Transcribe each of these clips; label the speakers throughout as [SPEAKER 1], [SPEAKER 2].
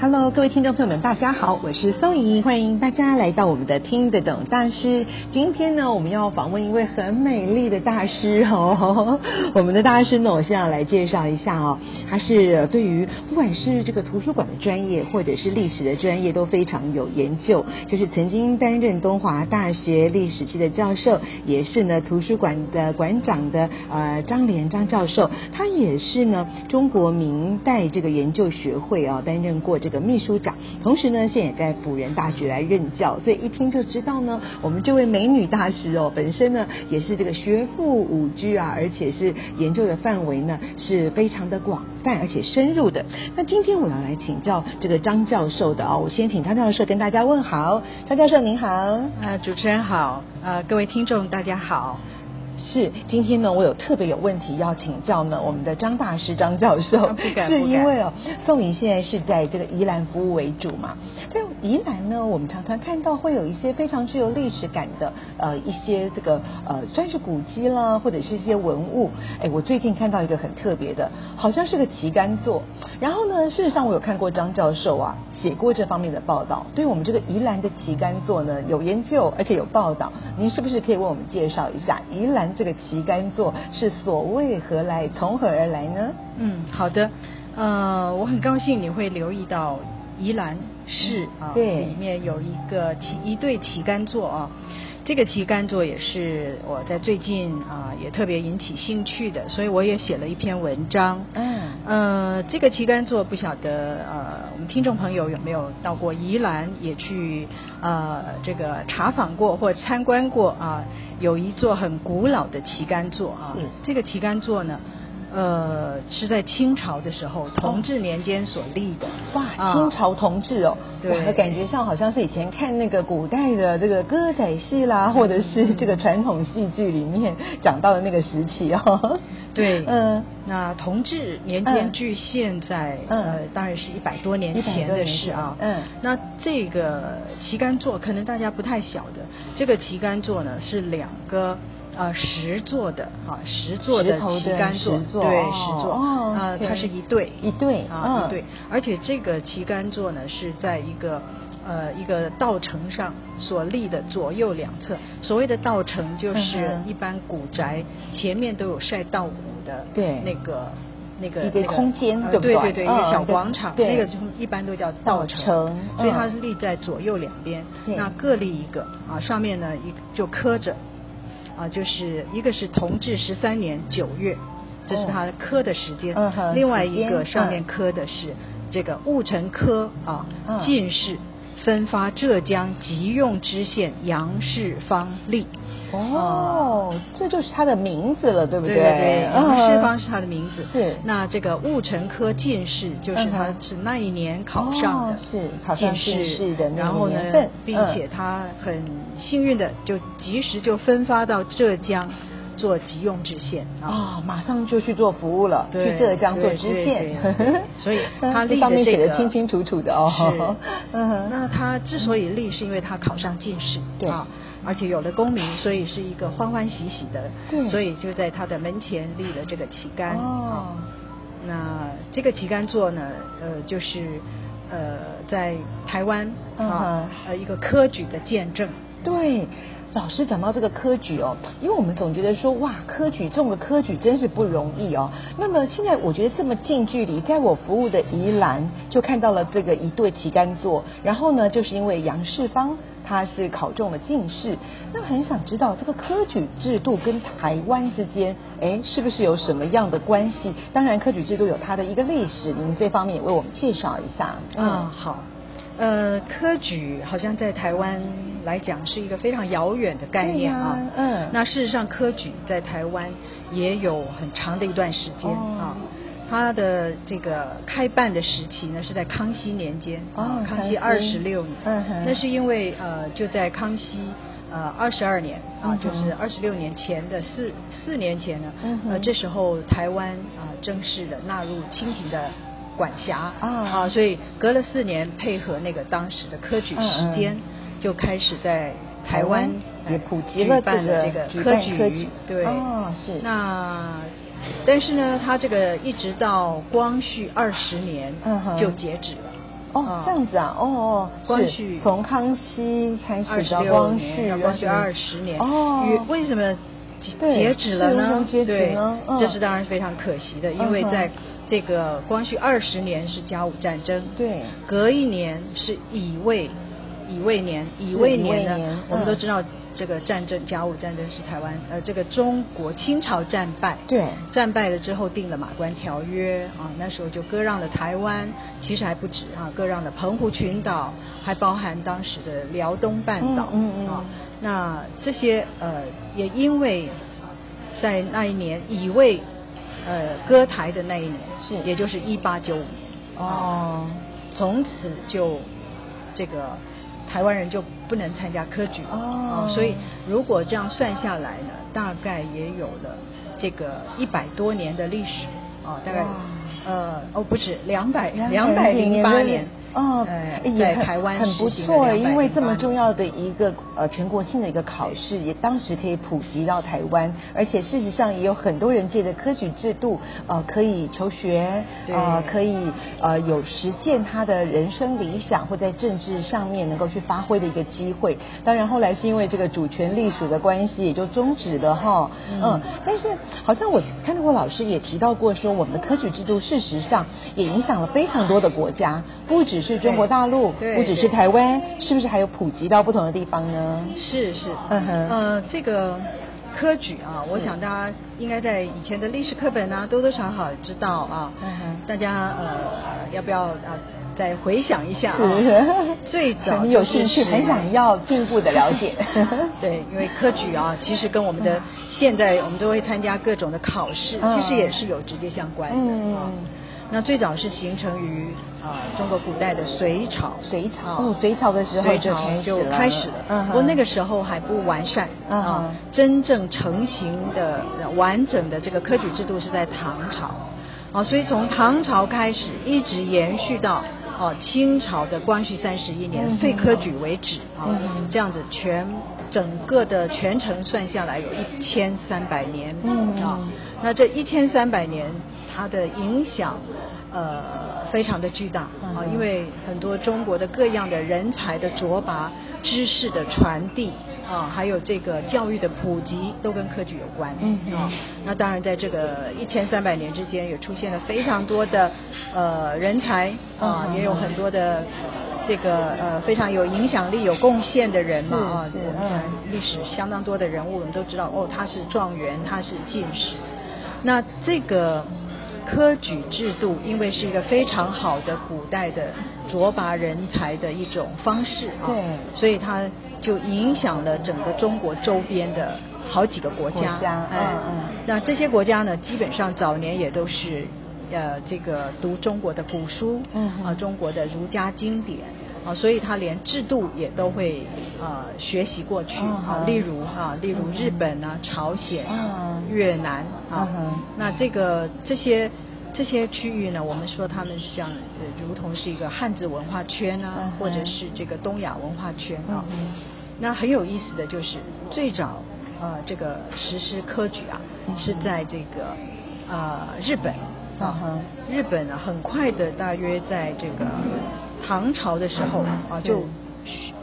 [SPEAKER 1] Hello，各位听众朋友们，大家好，我是宋怡，欢迎大家来到我们的听得懂大师。今天呢，我们要访问一位很美丽的大师哦。 我们的大师呢，我先要来介绍一下哦，他是对于不管是这个图书馆的专业，或者是历史的专业都非常有研究，就是曾经担任东华大学历史系的教授，也是呢图书馆的馆长的呃张连张教授，他也是呢中国明代这个研究学会啊、担任过这。这个秘书长，同时呢，现也在辅仁大学来任教，所以一听就知道呢，我们这位美女大师哦，本身呢也是这个学富五居啊，而且是研究的范围呢是非常的广泛而且深入的。那今天我要来请教这个张教授的哦，我先请张教授跟大家问好，张教授您好，
[SPEAKER 2] 呃，主持人好，呃，各位听众大家好。
[SPEAKER 1] 是，今天呢，我有特别有问题要请教呢，我们的张大师张教授，
[SPEAKER 2] 啊不敢
[SPEAKER 1] 是因为哦，宋怡现在是在这个宜兰服务为主嘛，但宜兰呢，我们常常看到会有一些非常具有历史感的呃一些这个呃算是古迹啦，或者是一些文物。哎，我最近看到一个很特别的，好像是个旗杆座，然后呢，事实上我有看过张教授啊写过这方面的报道，对我们这个宜兰的旗杆座呢有研究，而且有报道，您是不是可以为我们介绍一下宜兰？这个旗杆座是所谓何来，从何而来呢？
[SPEAKER 2] 嗯，好的，呃，我很高兴你会留意到宜兰市啊，
[SPEAKER 1] 对
[SPEAKER 2] 里面有一个旗一对旗杆座啊，这个旗杆座也是我在最近啊也特别引起兴趣的，所以我也写了一篇文章。
[SPEAKER 1] 嗯，
[SPEAKER 2] 呃，这个旗杆座不晓得呃，我们听众朋友有没有到过宜兰，也去呃这个查访过或参观过啊、有一座很古老的旗杆座啊
[SPEAKER 1] 是，
[SPEAKER 2] 这个旗杆座呢，呃是在清朝的时候同治年间所立的。
[SPEAKER 1] 哇，
[SPEAKER 2] 啊
[SPEAKER 1] 清朝同志哦，
[SPEAKER 2] 对
[SPEAKER 1] 哇感觉上好像是以前看那个古代的这个歌仔戏
[SPEAKER 2] 嗯
[SPEAKER 1] 啦，或者是这个传统戏剧里面讲到的那个时期哦。
[SPEAKER 2] 对，
[SPEAKER 1] 嗯，
[SPEAKER 2] 那同治年间
[SPEAKER 1] 嗯
[SPEAKER 2] 距现在、
[SPEAKER 1] 嗯
[SPEAKER 2] 呃，当然是一百多年
[SPEAKER 1] 100
[SPEAKER 2] 前
[SPEAKER 1] 多
[SPEAKER 2] 的
[SPEAKER 1] 年
[SPEAKER 2] 事啊。
[SPEAKER 1] 前嗯
[SPEAKER 2] 那这个旗杆座可能大家不太晓得，这个旗杆座呢是两个。呃，石做的哈，石做的
[SPEAKER 1] 石头的
[SPEAKER 2] 旗杆座，
[SPEAKER 1] 石座
[SPEAKER 2] 对，
[SPEAKER 1] 哦
[SPEAKER 2] 石座，
[SPEAKER 1] 哦
[SPEAKER 2] 呃
[SPEAKER 1] OK
[SPEAKER 2] 它是一对，
[SPEAKER 1] 一对
[SPEAKER 2] 啊，
[SPEAKER 1] 嗯
[SPEAKER 2] 一对，而且这个旗杆座呢是在一个呃一个道城上所立的左右两侧，所谓的道城就是
[SPEAKER 1] 嗯哼
[SPEAKER 2] 一般古宅前面都有晒稻谷的
[SPEAKER 1] 对
[SPEAKER 2] 那个那个
[SPEAKER 1] 一个
[SPEAKER 2] 那
[SPEAKER 1] 空间
[SPEAKER 2] 呃
[SPEAKER 1] 对不对
[SPEAKER 2] 对对，一
[SPEAKER 1] 嗯
[SPEAKER 2] 个小
[SPEAKER 1] 对
[SPEAKER 2] 广场，
[SPEAKER 1] 对
[SPEAKER 2] 那个就一般都叫
[SPEAKER 1] 稻
[SPEAKER 2] 道
[SPEAKER 1] 城
[SPEAKER 2] 所以它
[SPEAKER 1] 嗯
[SPEAKER 2] 是立在左右两边，
[SPEAKER 1] 对
[SPEAKER 2] 那各立一个啊，上面呢一就刻着啊，就是一个是同治十三年九月，这是
[SPEAKER 1] 哦
[SPEAKER 2] 它刻的时间，
[SPEAKER 1] 嗯哼
[SPEAKER 2] 另外
[SPEAKER 1] 时
[SPEAKER 2] 一
[SPEAKER 1] 间
[SPEAKER 2] 个上面
[SPEAKER 1] 嗯
[SPEAKER 2] 刻的是这个戊辰科啊
[SPEAKER 1] 嗯
[SPEAKER 2] 进士。分发浙江急用知县杨世芳立，
[SPEAKER 1] 哦，这就是他的名字了，对不
[SPEAKER 2] 啊对
[SPEAKER 1] 对
[SPEAKER 2] 对，
[SPEAKER 1] 嗯
[SPEAKER 2] 杨世芳是他的名字。
[SPEAKER 1] 是
[SPEAKER 2] 那这个戊辰科进士就是
[SPEAKER 1] 嗯
[SPEAKER 2] 他
[SPEAKER 1] 哼
[SPEAKER 2] 是那一年考上的，
[SPEAKER 1] 哦是考上进士的那一
[SPEAKER 2] 然后呢
[SPEAKER 1] 年份，
[SPEAKER 2] 并
[SPEAKER 1] 嗯
[SPEAKER 2] 且他很幸运的就及时就分发到浙江做急用知县啊。
[SPEAKER 1] 哦，马上就去做服务了，
[SPEAKER 2] 对
[SPEAKER 1] 去浙江做
[SPEAKER 2] 对
[SPEAKER 1] 知
[SPEAKER 2] 对
[SPEAKER 1] 县
[SPEAKER 2] 对对，
[SPEAKER 1] 所
[SPEAKER 2] 所以
[SPEAKER 1] 以
[SPEAKER 2] 他立的
[SPEAKER 1] 上面
[SPEAKER 2] 这
[SPEAKER 1] 写的
[SPEAKER 2] 个
[SPEAKER 1] 清清楚楚的哦。
[SPEAKER 2] 是，
[SPEAKER 1] 嗯哼
[SPEAKER 2] 那他之所以立，是因为他考上进士，
[SPEAKER 1] 对
[SPEAKER 2] 啊，而且有了功名，所以是一个欢欢喜喜的，
[SPEAKER 1] 对
[SPEAKER 2] 所以就在他的门前立了这个旗杆，
[SPEAKER 1] 哦
[SPEAKER 2] 啊，那这个旗杆座呢，呃，就是呃，在台湾
[SPEAKER 1] 嗯
[SPEAKER 2] 啊
[SPEAKER 1] 哼，
[SPEAKER 2] 呃，一个科举的见证，
[SPEAKER 1] 对，老师讲到这个科举哦，因为我们总觉得说哇，科举中个科举真是不容易哦。那么现在我觉得这么近距离，在我服务的宜兰就看到了这个一对旗杆座，然后呢，就是因为杨世芳他是考中了进士，那很想知道这个科举制度跟台湾之间，哎，是不是有什么样的关系？当然，科举制度有它的一个历史，您这方面也为我们介绍一下。嗯
[SPEAKER 2] 啊，好，呃，科举好像在台湾来讲是一个非常遥远的概念啊。
[SPEAKER 1] 对呀嗯
[SPEAKER 2] 那事实上，科举在台湾也有很长的一段时间、
[SPEAKER 1] 哦
[SPEAKER 2] 啊。它的这个开办的时期呢是在康熙年间，
[SPEAKER 1] 哦
[SPEAKER 2] 啊康
[SPEAKER 1] 康
[SPEAKER 2] 熙
[SPEAKER 1] 熙
[SPEAKER 2] 二十六年，
[SPEAKER 1] 嗯哼
[SPEAKER 2] 那是因为呃就在康熙。呃，二十二年啊，
[SPEAKER 1] 嗯哼
[SPEAKER 2] 就是二十六年前的四四年前呢，
[SPEAKER 1] 嗯哼
[SPEAKER 2] 呃，这时候台湾啊、正式的纳入清廷的管辖
[SPEAKER 1] 啊
[SPEAKER 2] 啊，所以隔了四年，配合那个当时的科举时间，
[SPEAKER 1] 嗯
[SPEAKER 2] 就开始在
[SPEAKER 1] 台
[SPEAKER 2] 台
[SPEAKER 1] 湾
[SPEAKER 2] 湾
[SPEAKER 1] 也
[SPEAKER 2] 呃
[SPEAKER 1] 普及了
[SPEAKER 2] 举办
[SPEAKER 1] 这个
[SPEAKER 2] 了这个
[SPEAKER 1] 举
[SPEAKER 2] 科
[SPEAKER 1] 办科举
[SPEAKER 2] 对，
[SPEAKER 1] 哦是
[SPEAKER 2] 那但是呢，它这个一直到光绪二十年
[SPEAKER 1] 嗯哼
[SPEAKER 2] 就截止了。
[SPEAKER 1] 哦
[SPEAKER 2] 啊，
[SPEAKER 1] 这样子啊，哦哦，是
[SPEAKER 2] 光绪
[SPEAKER 1] 从康熙开
[SPEAKER 2] 二
[SPEAKER 1] 始
[SPEAKER 2] 十
[SPEAKER 1] 到
[SPEAKER 2] 六
[SPEAKER 1] 光绪
[SPEAKER 2] 年，到光绪二十年，
[SPEAKER 1] 哦，
[SPEAKER 2] 与为什么截
[SPEAKER 1] 对
[SPEAKER 2] 截止了
[SPEAKER 1] 是为什
[SPEAKER 2] 呢
[SPEAKER 1] 么？截止呢嗯
[SPEAKER 2] 这是当然非常可惜的，因为
[SPEAKER 1] 嗯哼
[SPEAKER 2] 在这个光绪二十年是甲午战争，
[SPEAKER 1] 对
[SPEAKER 2] 隔一年是乙未，乙未年，
[SPEAKER 1] 是
[SPEAKER 2] 乙未年
[SPEAKER 1] 乙未年
[SPEAKER 2] 呢，我们
[SPEAKER 1] 嗯
[SPEAKER 2] 都知道这个战争，甲午战争是台湾呃这个中国清朝战败，
[SPEAKER 1] 对
[SPEAKER 2] 战败了之后定了马关条约啊，那时候就割让了台湾，其实还不止啊，割让了澎湖群岛，还包含当时的辽东半岛，
[SPEAKER 1] 嗯嗯嗯
[SPEAKER 2] 啊，那这些呃也因为啊在那一年乙未呃割台的那一年，
[SPEAKER 1] 是
[SPEAKER 2] 也就是一八九五年，
[SPEAKER 1] 哦，
[SPEAKER 2] 从此就这个台湾人就不能参加科举了
[SPEAKER 1] 哦
[SPEAKER 2] 啊所以如果这样算下来呢，大概也有了这个一百多年的历史啊，大概
[SPEAKER 1] 哇
[SPEAKER 2] 呃哦不止两百两百零八
[SPEAKER 1] 208
[SPEAKER 2] 年
[SPEAKER 1] 哦，
[SPEAKER 2] 呃
[SPEAKER 1] 也
[SPEAKER 2] 在
[SPEAKER 1] 很
[SPEAKER 2] 台湾
[SPEAKER 1] 很不
[SPEAKER 2] 实行了
[SPEAKER 1] 错
[SPEAKER 2] 208
[SPEAKER 1] 哎，因为
[SPEAKER 2] 年
[SPEAKER 1] 这么重要的一个呃全国性的一个考试，也当时可以普及到台湾，而且事实上也有很多人借着科举制度，呃，可以求学，
[SPEAKER 2] 对
[SPEAKER 1] 呃，可以呃有实践他的人生理想或在政治上面能够去发挥的一个机会。当然后来是因为这个主权隶属的关系，也就终止了哈，
[SPEAKER 2] 嗯
[SPEAKER 1] 嗯但是好像我看到过老师也提到过，说我们的科举制度事实上也影响了非常多的国家，不只是中国大陆，
[SPEAKER 2] 对
[SPEAKER 1] 不只是
[SPEAKER 2] 对
[SPEAKER 1] 台湾，是不是还有普及到不同的地方呢？
[SPEAKER 2] 是是，
[SPEAKER 1] 嗯哼
[SPEAKER 2] 呃，这个科举啊，
[SPEAKER 1] 是
[SPEAKER 2] 我想大家应该在以前的历史课本啊，多多少少知道啊。
[SPEAKER 1] 嗯哼
[SPEAKER 2] 大家呃，要不要啊、再回想一下啊？
[SPEAKER 1] 是
[SPEAKER 2] 最早
[SPEAKER 1] 嗯 很有
[SPEAKER 2] 就是
[SPEAKER 1] 兴趣，很想要进一步的了 解。 嗯
[SPEAKER 2] 对，因为科举啊，其实跟我们的现在我们都会参加各种的考试，
[SPEAKER 1] 嗯
[SPEAKER 2] 其实也是有直接相关的、啊
[SPEAKER 1] 嗯。
[SPEAKER 2] 那最早是形成于啊、中国古代的隋朝，
[SPEAKER 1] 隋朝
[SPEAKER 2] 啊
[SPEAKER 1] 哦隋朝的时候
[SPEAKER 2] 隋
[SPEAKER 1] 就
[SPEAKER 2] 朝
[SPEAKER 1] 开始
[SPEAKER 2] 就
[SPEAKER 1] 了
[SPEAKER 2] 开始了，
[SPEAKER 1] 嗯哼
[SPEAKER 2] 不过那个时候还不完善、
[SPEAKER 1] 嗯哼
[SPEAKER 2] 啊，真正成型的呃完整的这个科举制度是在唐朝，啊，所以从唐朝开始一直延续到哦、清朝的光绪三十一
[SPEAKER 1] 嗯
[SPEAKER 2] 年
[SPEAKER 1] 哼
[SPEAKER 2] 废科举为止啊，
[SPEAKER 1] 嗯哼
[SPEAKER 2] 这样子全整个的全程算下来有一千三百年
[SPEAKER 1] 嗯
[SPEAKER 2] 啊，那这一千三百年它的影响呃非常的巨大
[SPEAKER 1] 嗯
[SPEAKER 2] 啊，
[SPEAKER 1] 哼
[SPEAKER 2] 因为很多中国的各样的人才的卓拔、知识的传递啊，还有这个教育的普及都跟科举有关
[SPEAKER 1] 嗯哼
[SPEAKER 2] 啊。那当然，在这个一千三百年之间，也出现了非常多的呃人才啊
[SPEAKER 1] 嗯，哼嗯
[SPEAKER 2] 也有很多的。这个呃非常有影响力、有贡献的人嘛
[SPEAKER 1] 是
[SPEAKER 2] 啊，
[SPEAKER 1] 是
[SPEAKER 2] 我们
[SPEAKER 1] 嗯
[SPEAKER 2] 讲历史相当多的人物，我们都知道哦，他是状元，他是进士。那这个科举制度，因为是一个非常好的古代的卓拔人才的一种方式啊，
[SPEAKER 1] 对
[SPEAKER 2] 所以它就影响了整个中国周边的好几个国家。
[SPEAKER 1] 国家
[SPEAKER 2] 哎
[SPEAKER 1] 嗯嗯
[SPEAKER 2] 那这些国家呢，基本上早年也都是呃这个读中国的古书，
[SPEAKER 1] 嗯
[SPEAKER 2] 啊、中国的儒家经典。啊，所以他连制度也都会呃学习过去
[SPEAKER 1] 嗯
[SPEAKER 2] 啊
[SPEAKER 1] 哼，
[SPEAKER 2] 例如啊，例如日本啊、朝鲜啊
[SPEAKER 1] 嗯、
[SPEAKER 2] 越南
[SPEAKER 1] 嗯
[SPEAKER 2] 啊
[SPEAKER 1] 哼，
[SPEAKER 2] 那这个这些这些区域呢，我们说他们像呃，如同是一个汉字文化圈
[SPEAKER 1] 嗯
[SPEAKER 2] 啊
[SPEAKER 1] 哼，
[SPEAKER 2] 或者是这个东亚文化圈啊
[SPEAKER 1] 嗯哼。
[SPEAKER 2] 那很有意思的就是，最早呃，这个实施科举啊
[SPEAKER 1] 嗯，哼
[SPEAKER 2] 是在这个呃日本
[SPEAKER 1] 嗯哼
[SPEAKER 2] 啊，日本啊，很快的，大约在这个唐朝的时候啊，
[SPEAKER 1] 是
[SPEAKER 2] 就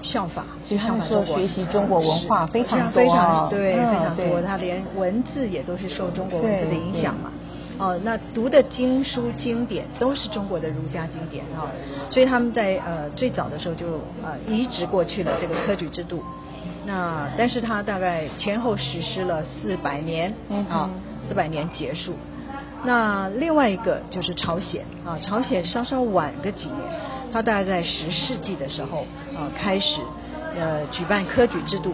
[SPEAKER 2] 效法，
[SPEAKER 1] 所以他们
[SPEAKER 2] 效法中国
[SPEAKER 1] 说学习中国文化
[SPEAKER 2] 是
[SPEAKER 1] 非常
[SPEAKER 2] 非
[SPEAKER 1] 多
[SPEAKER 2] 常
[SPEAKER 1] 啊
[SPEAKER 2] 对，
[SPEAKER 1] 嗯
[SPEAKER 2] 非常多。
[SPEAKER 1] 对
[SPEAKER 2] 他连文字也都是受中国文字的
[SPEAKER 1] 对
[SPEAKER 2] 影响嘛。哦，那读的经书经典都是中国的儒家经典啊、所以他们在呃最早的时候就呃移植过去了这个科举制度。那但是他大概前后实施了四百年
[SPEAKER 1] 嗯哼
[SPEAKER 2] 啊，四百年结束。那另外一个就是朝鲜啊，朝鲜稍稍晚个几年，它大概在十世纪的时候啊开始呃举办科举制度，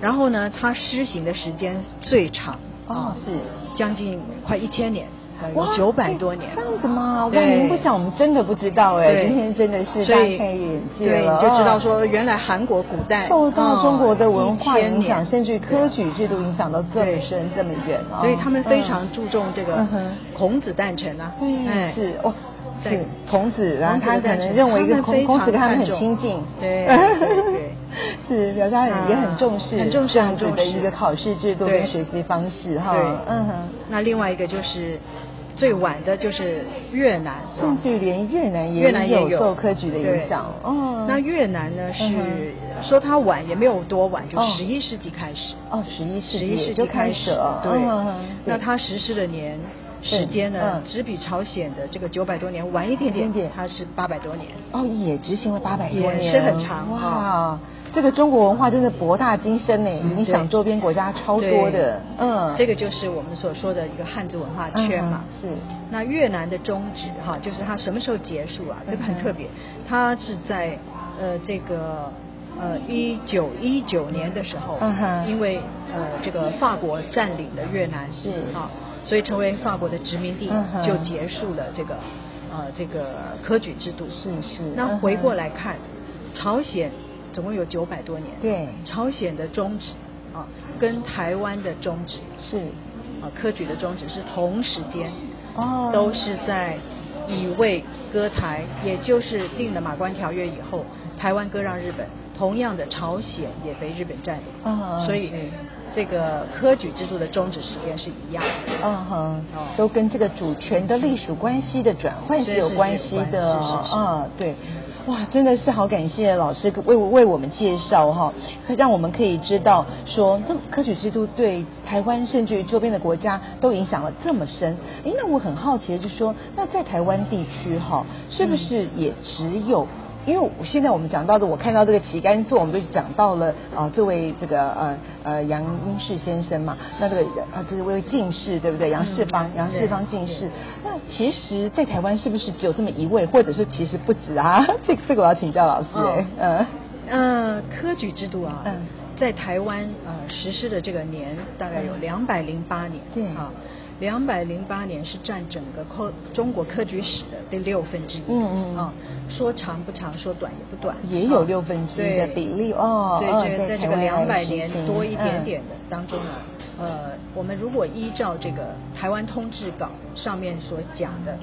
[SPEAKER 2] 然后呢，它施行的时间最长
[SPEAKER 1] 哦
[SPEAKER 2] 啊
[SPEAKER 1] 是
[SPEAKER 2] 将近快一千年呃，有九百多年了。
[SPEAKER 1] 这样子吗？哇，
[SPEAKER 2] 对
[SPEAKER 1] 您不讲，我们真的不知道哎。
[SPEAKER 2] 对
[SPEAKER 1] 今天真的是
[SPEAKER 2] 所
[SPEAKER 1] 大
[SPEAKER 2] 以
[SPEAKER 1] 开眼界
[SPEAKER 2] 对，
[SPEAKER 1] 了，
[SPEAKER 2] 你就知道
[SPEAKER 1] 哦
[SPEAKER 2] 说原来韩国古代
[SPEAKER 1] 受到中国的文化影响，
[SPEAKER 2] 嗯
[SPEAKER 1] 甚至科举制度影响到这么
[SPEAKER 2] 对
[SPEAKER 1] 深、这么远哦
[SPEAKER 2] 所以他们非常
[SPEAKER 1] 嗯
[SPEAKER 2] 注重这个
[SPEAKER 1] 嗯哼
[SPEAKER 2] 孔子诞辰啊，
[SPEAKER 1] 对，
[SPEAKER 2] 哎
[SPEAKER 1] 是哦。
[SPEAKER 2] 对
[SPEAKER 1] 是孔子，然后
[SPEAKER 2] 孔子
[SPEAKER 1] 他
[SPEAKER 2] 的
[SPEAKER 1] 可
[SPEAKER 2] 诞
[SPEAKER 1] 能
[SPEAKER 2] 辰
[SPEAKER 1] 认为一个
[SPEAKER 2] 他们
[SPEAKER 1] 孔
[SPEAKER 2] 非常
[SPEAKER 1] 孔子跟他们很
[SPEAKER 2] 看重
[SPEAKER 1] 亲近，
[SPEAKER 2] 对对对
[SPEAKER 1] 是表示他也很
[SPEAKER 2] 啊
[SPEAKER 1] 重视，
[SPEAKER 2] 很重视
[SPEAKER 1] 这样
[SPEAKER 2] 很
[SPEAKER 1] 子
[SPEAKER 2] 重
[SPEAKER 1] 的
[SPEAKER 2] 视
[SPEAKER 1] 一个考试制度
[SPEAKER 2] 对
[SPEAKER 1] 跟学习方式哈
[SPEAKER 2] 对，
[SPEAKER 1] 嗯哼，
[SPEAKER 2] 那另外一个就是最晚的就是越南，啊
[SPEAKER 1] 甚至连越南
[SPEAKER 2] 越南
[SPEAKER 1] 也
[SPEAKER 2] 也有
[SPEAKER 1] 受科举的影响，
[SPEAKER 2] 对
[SPEAKER 1] 哦，
[SPEAKER 2] 那越南呢是、
[SPEAKER 1] 嗯哼
[SPEAKER 2] 说它晚也没有多晚，就
[SPEAKER 1] 哦
[SPEAKER 2] 十一世纪开始，
[SPEAKER 1] 哦十一世
[SPEAKER 2] 十
[SPEAKER 1] 纪
[SPEAKER 2] 一
[SPEAKER 1] 也
[SPEAKER 2] 世
[SPEAKER 1] 就
[SPEAKER 2] 纪
[SPEAKER 1] 开始了，
[SPEAKER 2] 对，
[SPEAKER 1] 嗯哼哼
[SPEAKER 2] 那
[SPEAKER 1] 对
[SPEAKER 2] 它实施的年。
[SPEAKER 1] 对
[SPEAKER 2] 时间呢
[SPEAKER 1] 嗯，
[SPEAKER 2] 只比朝鲜的这个九百多年晚一点
[SPEAKER 1] 一点
[SPEAKER 2] 点
[SPEAKER 1] 点，
[SPEAKER 2] 它是八百多年。
[SPEAKER 1] 哦，也执行了八百多
[SPEAKER 2] 也
[SPEAKER 1] 年，
[SPEAKER 2] 是很长
[SPEAKER 1] 哇！这个中国文化真的博大精深呢，影响周边国家超多的。
[SPEAKER 2] 嗯对
[SPEAKER 1] 嗯，
[SPEAKER 2] 这个就是我们所说的一个汉字文化圈嘛。
[SPEAKER 1] 嗯哼
[SPEAKER 2] 那越南的终止哈，就是它什么时候结束啊？这个
[SPEAKER 1] 嗯
[SPEAKER 2] 很
[SPEAKER 1] 哼
[SPEAKER 2] 特别，它是在呃这个呃一九一九年的时候，
[SPEAKER 1] 嗯哼
[SPEAKER 2] 因为呃这个法国占领了越南
[SPEAKER 1] 是
[SPEAKER 2] 啊，所以成为法国的殖民地
[SPEAKER 1] 嗯，哼
[SPEAKER 2] 就结束了这个呃这个科举制度。
[SPEAKER 1] 是是
[SPEAKER 2] 那
[SPEAKER 1] 嗯
[SPEAKER 2] 回
[SPEAKER 1] 哼
[SPEAKER 2] 过来看，朝鲜总共有九百多年。
[SPEAKER 1] 对
[SPEAKER 2] 朝鲜的宗旨啊，跟台湾的宗旨
[SPEAKER 1] 是是
[SPEAKER 2] 啊，科举的宗旨是同时间，
[SPEAKER 1] 哦，
[SPEAKER 2] 都是在以卫割台，也就是定了马关条约以后，台湾割让日本，同样的朝鲜也被日本占领，
[SPEAKER 1] 嗯嗯
[SPEAKER 2] 所以
[SPEAKER 1] 是
[SPEAKER 2] 这个科举制度的终止时间是一样的。
[SPEAKER 1] 嗯哼
[SPEAKER 2] 哦，
[SPEAKER 1] 都跟这个主权的隶属关系的转换是
[SPEAKER 2] 是
[SPEAKER 1] 有
[SPEAKER 2] 是
[SPEAKER 1] 关
[SPEAKER 2] 有
[SPEAKER 1] 系
[SPEAKER 2] 关
[SPEAKER 1] 的
[SPEAKER 2] 是是是
[SPEAKER 1] 哦，嗯，对。哇，真的是好感谢老师为为我们介绍哈、让我们可以知道说，那科举制度对台湾甚至于周边的国家都影响了这么深。诶，那我很好奇的就是说，那在台湾地区哈、是不是也只有？因为我现在我们讲到的，我看到这个旗杆座，我们就讲到了啊、呃这位这个呃呃杨英士先生嘛，那这个呃这位进士对不对？杨世邦，
[SPEAKER 2] 嗯
[SPEAKER 1] 杨世
[SPEAKER 2] 对
[SPEAKER 1] 邦进
[SPEAKER 2] 对
[SPEAKER 1] 士，那其实，在台湾是不是只有这么一位，或者是其实不止啊？ 这个这个我要请教老师哎、嗯，
[SPEAKER 2] 呃，科举制度啊，
[SPEAKER 1] 嗯
[SPEAKER 2] 在台湾呃实施的这个年大概有两百零八年，
[SPEAKER 1] 嗯对
[SPEAKER 2] 啊，两百零八年是占整个科中国科举史的第六分之一，
[SPEAKER 1] 嗯嗯
[SPEAKER 2] 啊，说长不长，说短也不短，
[SPEAKER 1] 也有六分之一的
[SPEAKER 2] 啊对
[SPEAKER 1] 比例哦哦
[SPEAKER 2] 对，这
[SPEAKER 1] 在
[SPEAKER 2] 个在这
[SPEAKER 1] 台
[SPEAKER 2] 个
[SPEAKER 1] 湾
[SPEAKER 2] 两百
[SPEAKER 1] 来实
[SPEAKER 2] 年
[SPEAKER 1] 行
[SPEAKER 2] 多一点
[SPEAKER 1] 嗯
[SPEAKER 2] 点的当中呢，呃，我们如果依照这个台湾通志稿上面所讲的。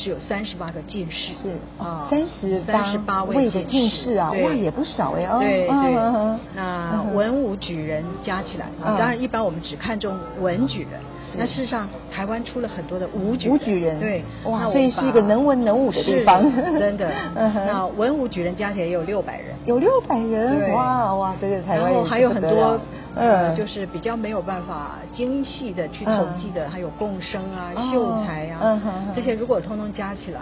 [SPEAKER 2] 是有三十八个进士，
[SPEAKER 1] 是
[SPEAKER 2] 啊，
[SPEAKER 1] 三十
[SPEAKER 2] 三十八
[SPEAKER 1] 位的进士啊，
[SPEAKER 2] 对
[SPEAKER 1] 哇，也不少哎哦，
[SPEAKER 2] 对
[SPEAKER 1] 嗯嗯
[SPEAKER 2] 对
[SPEAKER 1] 嗯，
[SPEAKER 2] 那
[SPEAKER 1] 嗯
[SPEAKER 2] 文武举人加起来，
[SPEAKER 1] 嗯
[SPEAKER 2] 啊当然一般我们只看重文举人
[SPEAKER 1] 是，
[SPEAKER 2] 那事实上台湾出了很多的武举
[SPEAKER 1] 武举人
[SPEAKER 2] 对，
[SPEAKER 1] 哇
[SPEAKER 2] 那我
[SPEAKER 1] 所以
[SPEAKER 2] 把
[SPEAKER 1] 是一个能文能武的地方
[SPEAKER 2] 是真的。
[SPEAKER 1] 嗯哼
[SPEAKER 2] 那文武举人加起来也有六百人。
[SPEAKER 1] 有六百人，
[SPEAKER 2] 对
[SPEAKER 1] 哇哇，这个台湾
[SPEAKER 2] 然后
[SPEAKER 1] 也
[SPEAKER 2] 还有
[SPEAKER 1] 是
[SPEAKER 2] 很
[SPEAKER 1] 不得了
[SPEAKER 2] 多呃，
[SPEAKER 1] 嗯
[SPEAKER 2] 就是比较没有办法精细的去统计的，还有共生啊、秀才啊、
[SPEAKER 1] 嗯哼哼
[SPEAKER 2] 这些，如果通通加起来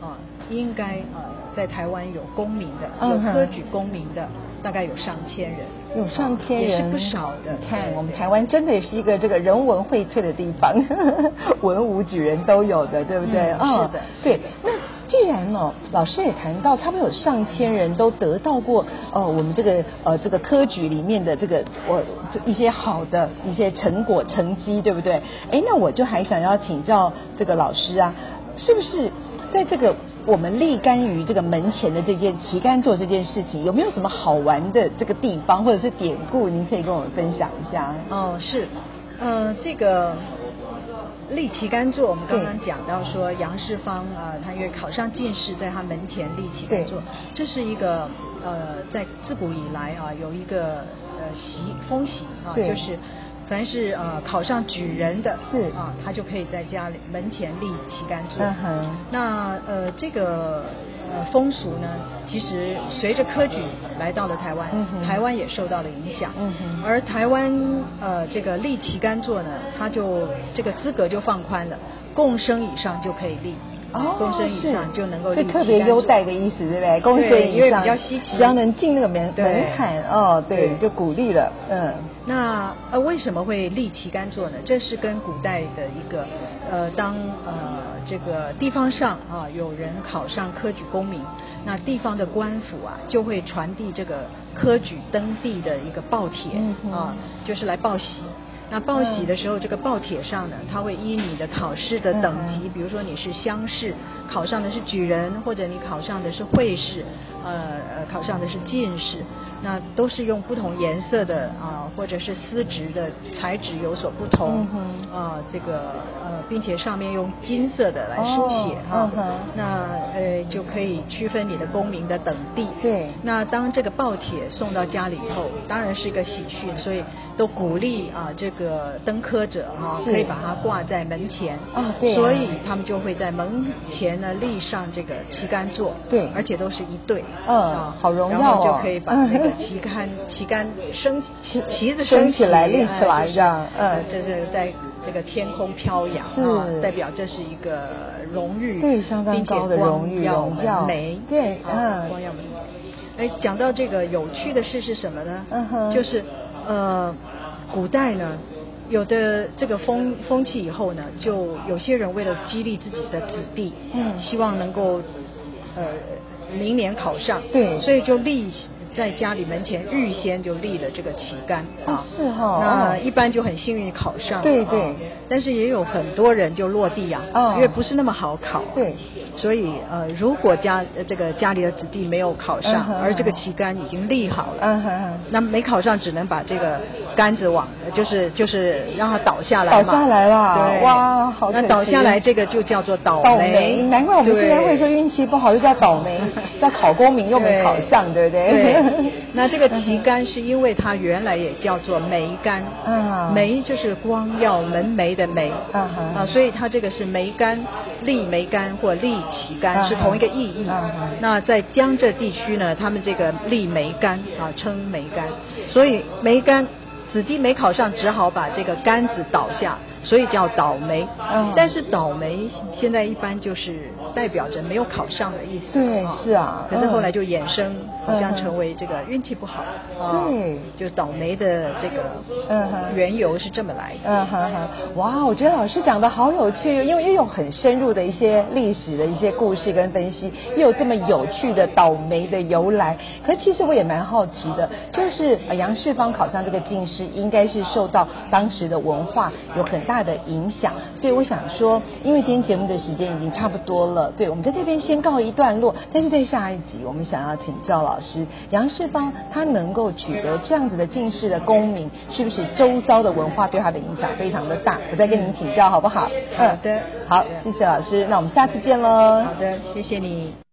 [SPEAKER 2] 啊、应该呃在台湾有公民的、
[SPEAKER 1] 嗯哼
[SPEAKER 2] 有科举公民的，大概有上千人，
[SPEAKER 1] 有上千人，
[SPEAKER 2] 也是不少的。
[SPEAKER 1] 你看
[SPEAKER 2] 对，
[SPEAKER 1] 我们
[SPEAKER 2] 对
[SPEAKER 1] 台湾真的也是一个这个人文荟萃的地方， 文武举人都有的，对不对？
[SPEAKER 2] 嗯
[SPEAKER 1] 哦
[SPEAKER 2] 是的
[SPEAKER 1] 对。那既然哦，老师也谈到，差不多有上千人都得到过呃我们这个呃这个科举里面的这个我这一些好的一些成果成绩，对不对？哎，那我就还想要请教这个老师啊，是不是在这个我们立竿于这个门前的这件旗杆座这件事情，有没有什么好玩的这个地方或者是典故？您可以跟我们分享一下。
[SPEAKER 2] 哦，是，呃，这个立旗杆座，我们刚刚讲到说杨世芳啊、呃他因为考上进士，在他门前立旗杆座，这是一个呃，在自古以来啊，有一个呃习风习啊，
[SPEAKER 1] 对
[SPEAKER 2] 就是。凡是呃考上举人的，
[SPEAKER 1] 是
[SPEAKER 2] 啊，他就可以在家里门前立旗杆座。
[SPEAKER 1] 嗯哼
[SPEAKER 2] 那呃，这个呃风俗呢，其实随着科举来到了台湾，
[SPEAKER 1] 嗯哼
[SPEAKER 2] 台湾也受到了影响。
[SPEAKER 1] 嗯哼
[SPEAKER 2] 而台湾呃这个立旗杆座呢，它就这个资格就放宽了，共生以上就可以立。
[SPEAKER 1] 哦，
[SPEAKER 2] 共生以上
[SPEAKER 1] 是
[SPEAKER 2] 就能够立
[SPEAKER 1] 是
[SPEAKER 2] 旗
[SPEAKER 1] 特别
[SPEAKER 2] 杆
[SPEAKER 1] 优
[SPEAKER 2] 座
[SPEAKER 1] 待的意思，对不对？共生
[SPEAKER 2] 对因
[SPEAKER 1] 以
[SPEAKER 2] 为
[SPEAKER 1] 上
[SPEAKER 2] 比较稀奇
[SPEAKER 1] 只要能进那个门
[SPEAKER 2] 对
[SPEAKER 1] 门槛哦，对，
[SPEAKER 2] 对
[SPEAKER 1] 就鼓励了，嗯，
[SPEAKER 2] 那呃为什么会立旗杆座呢？这是跟古代的一个呃，当呃这个地方上啊有人考上科举功名，那地方的官府啊就会传递这个科举登第的一个报帖、
[SPEAKER 1] 嗯哼嗯
[SPEAKER 2] 啊，就是来报喜。那报喜的时候，这个报帖上呢，它会依你的考试的等
[SPEAKER 1] 嗯
[SPEAKER 2] 级，比如说你是乡试，考上的是举人，或者你考上的是会试，呃呃，考上的是进士，那都是用不同颜色的啊、或者是丝质的材质有所不同
[SPEAKER 1] 嗯，哼
[SPEAKER 2] 啊，这个呃，并且上面用金色的来书写
[SPEAKER 1] 哦
[SPEAKER 2] 啊
[SPEAKER 1] 嗯哼，
[SPEAKER 2] 那呃就可以区分你的功名的等地。
[SPEAKER 1] 对
[SPEAKER 2] 那当这个报帖送到家里以后，当然是一个喜讯，所以都鼓励啊、这个登科者啊、
[SPEAKER 1] 是
[SPEAKER 2] 可以把它挂在门前。
[SPEAKER 1] 哦对啊
[SPEAKER 2] 所以他们就会在门前呢立上这个旗杆座。
[SPEAKER 1] 对
[SPEAKER 2] 而且都是一对。
[SPEAKER 1] 嗯
[SPEAKER 2] 啊
[SPEAKER 1] 好荣
[SPEAKER 2] 然后
[SPEAKER 1] 耀哦
[SPEAKER 2] 就可以把 那个旗杆旗杆升旗旗子
[SPEAKER 1] 升起
[SPEAKER 2] 起
[SPEAKER 1] 来
[SPEAKER 2] 哎
[SPEAKER 1] 立起来
[SPEAKER 2] 就是
[SPEAKER 1] 这样嗯
[SPEAKER 2] 呃这是在这个天空飘扬
[SPEAKER 1] 是
[SPEAKER 2] 啊，代表这是一个荣誉，
[SPEAKER 1] 对相当
[SPEAKER 2] 并且
[SPEAKER 1] 高的
[SPEAKER 2] 光
[SPEAKER 1] 荣誉
[SPEAKER 2] 耀
[SPEAKER 1] 荣耀
[SPEAKER 2] 门楣，
[SPEAKER 1] 对
[SPEAKER 2] 啊
[SPEAKER 1] 嗯
[SPEAKER 2] 光耀门楣。哎，讲到这个有趣的事是什么呢？
[SPEAKER 1] 嗯哼
[SPEAKER 2] 就是呃，古代呢。有的这个风风气以后呢，就有些人为了激励自己的子弟，
[SPEAKER 1] 嗯
[SPEAKER 2] 希望能够呃明年考上，
[SPEAKER 1] 对
[SPEAKER 2] 所以就立在家里门前预先就立了这个旗杆
[SPEAKER 1] 哦
[SPEAKER 2] 啊，
[SPEAKER 1] 是哦
[SPEAKER 2] 那
[SPEAKER 1] 哦
[SPEAKER 2] 一般就很幸运考上，
[SPEAKER 1] 对
[SPEAKER 2] 啊
[SPEAKER 1] 对
[SPEAKER 2] 但是也有很多人就落地啊，
[SPEAKER 1] 哦
[SPEAKER 2] 因为不是那么好考，
[SPEAKER 1] 对，
[SPEAKER 2] 所以呃，如果家呃这个家里的子弟没有考上
[SPEAKER 1] 嗯，哼
[SPEAKER 2] 而这个旗杆已经立好了，
[SPEAKER 1] 嗯哼哼
[SPEAKER 2] 那没考上只能把这个杆子往，就是就是让它倒下来嘛，
[SPEAKER 1] 倒下来了
[SPEAKER 2] 对，
[SPEAKER 1] 哇好可
[SPEAKER 2] 那
[SPEAKER 1] 惜
[SPEAKER 2] 倒下来这个就叫做倒
[SPEAKER 1] 倒霉，难怪我们现在会说
[SPEAKER 2] 对
[SPEAKER 1] 运气不好，又叫倒霉，要考功名又没考上，对不对？
[SPEAKER 2] 对，那这个旗杆是因为它原来也叫做梅杆，
[SPEAKER 1] 嗯
[SPEAKER 2] 梅就是光耀门楣的梅，
[SPEAKER 1] 嗯哼
[SPEAKER 2] 啊，所以它这个是梅杆、立梅杆或立旗
[SPEAKER 1] 嗯
[SPEAKER 2] 杆
[SPEAKER 1] 哼
[SPEAKER 2] 是同一个意义
[SPEAKER 1] 嗯哼。
[SPEAKER 2] 那在江浙地区呢，他们这个立梅杆啊，称梅杆，所以梅杆。子弟没考上，只好把这个杆子倒下，所以叫倒霉。
[SPEAKER 1] 嗯
[SPEAKER 2] 但是倒霉现在一般就是代表着没有考上的意思。
[SPEAKER 1] 对是啊
[SPEAKER 2] 可是后
[SPEAKER 1] 嗯
[SPEAKER 2] 来就衍生，好像
[SPEAKER 1] 嗯
[SPEAKER 2] 成为这个运气不好，啊
[SPEAKER 1] 对
[SPEAKER 2] 就倒霉的这
[SPEAKER 1] 嗯
[SPEAKER 2] 个
[SPEAKER 1] 哼
[SPEAKER 2] 缘由是这么来的。
[SPEAKER 1] 嗯哼哼，哇，我觉得老师讲的好有趣，因为又有很深入的一些历史的一些故事跟分析，又有这么有趣的倒霉的由来。可其实我也蛮好奇的，就是呃杨世芳考上这个进士，应该是受到当时的文化有很大的影响，所以我想说，因为今天节目的时间已经差不多了，对我们在这边先告一段落，但是在下一集我们想要请赵老师，杨世芳他能够取得这样子的进士的功名，是不是周遭的文化对他的影响非常的大？我再跟您请教好不好？
[SPEAKER 2] 好的
[SPEAKER 1] 好，谢谢老师，那我们下次见喽。
[SPEAKER 2] 好的，谢谢你。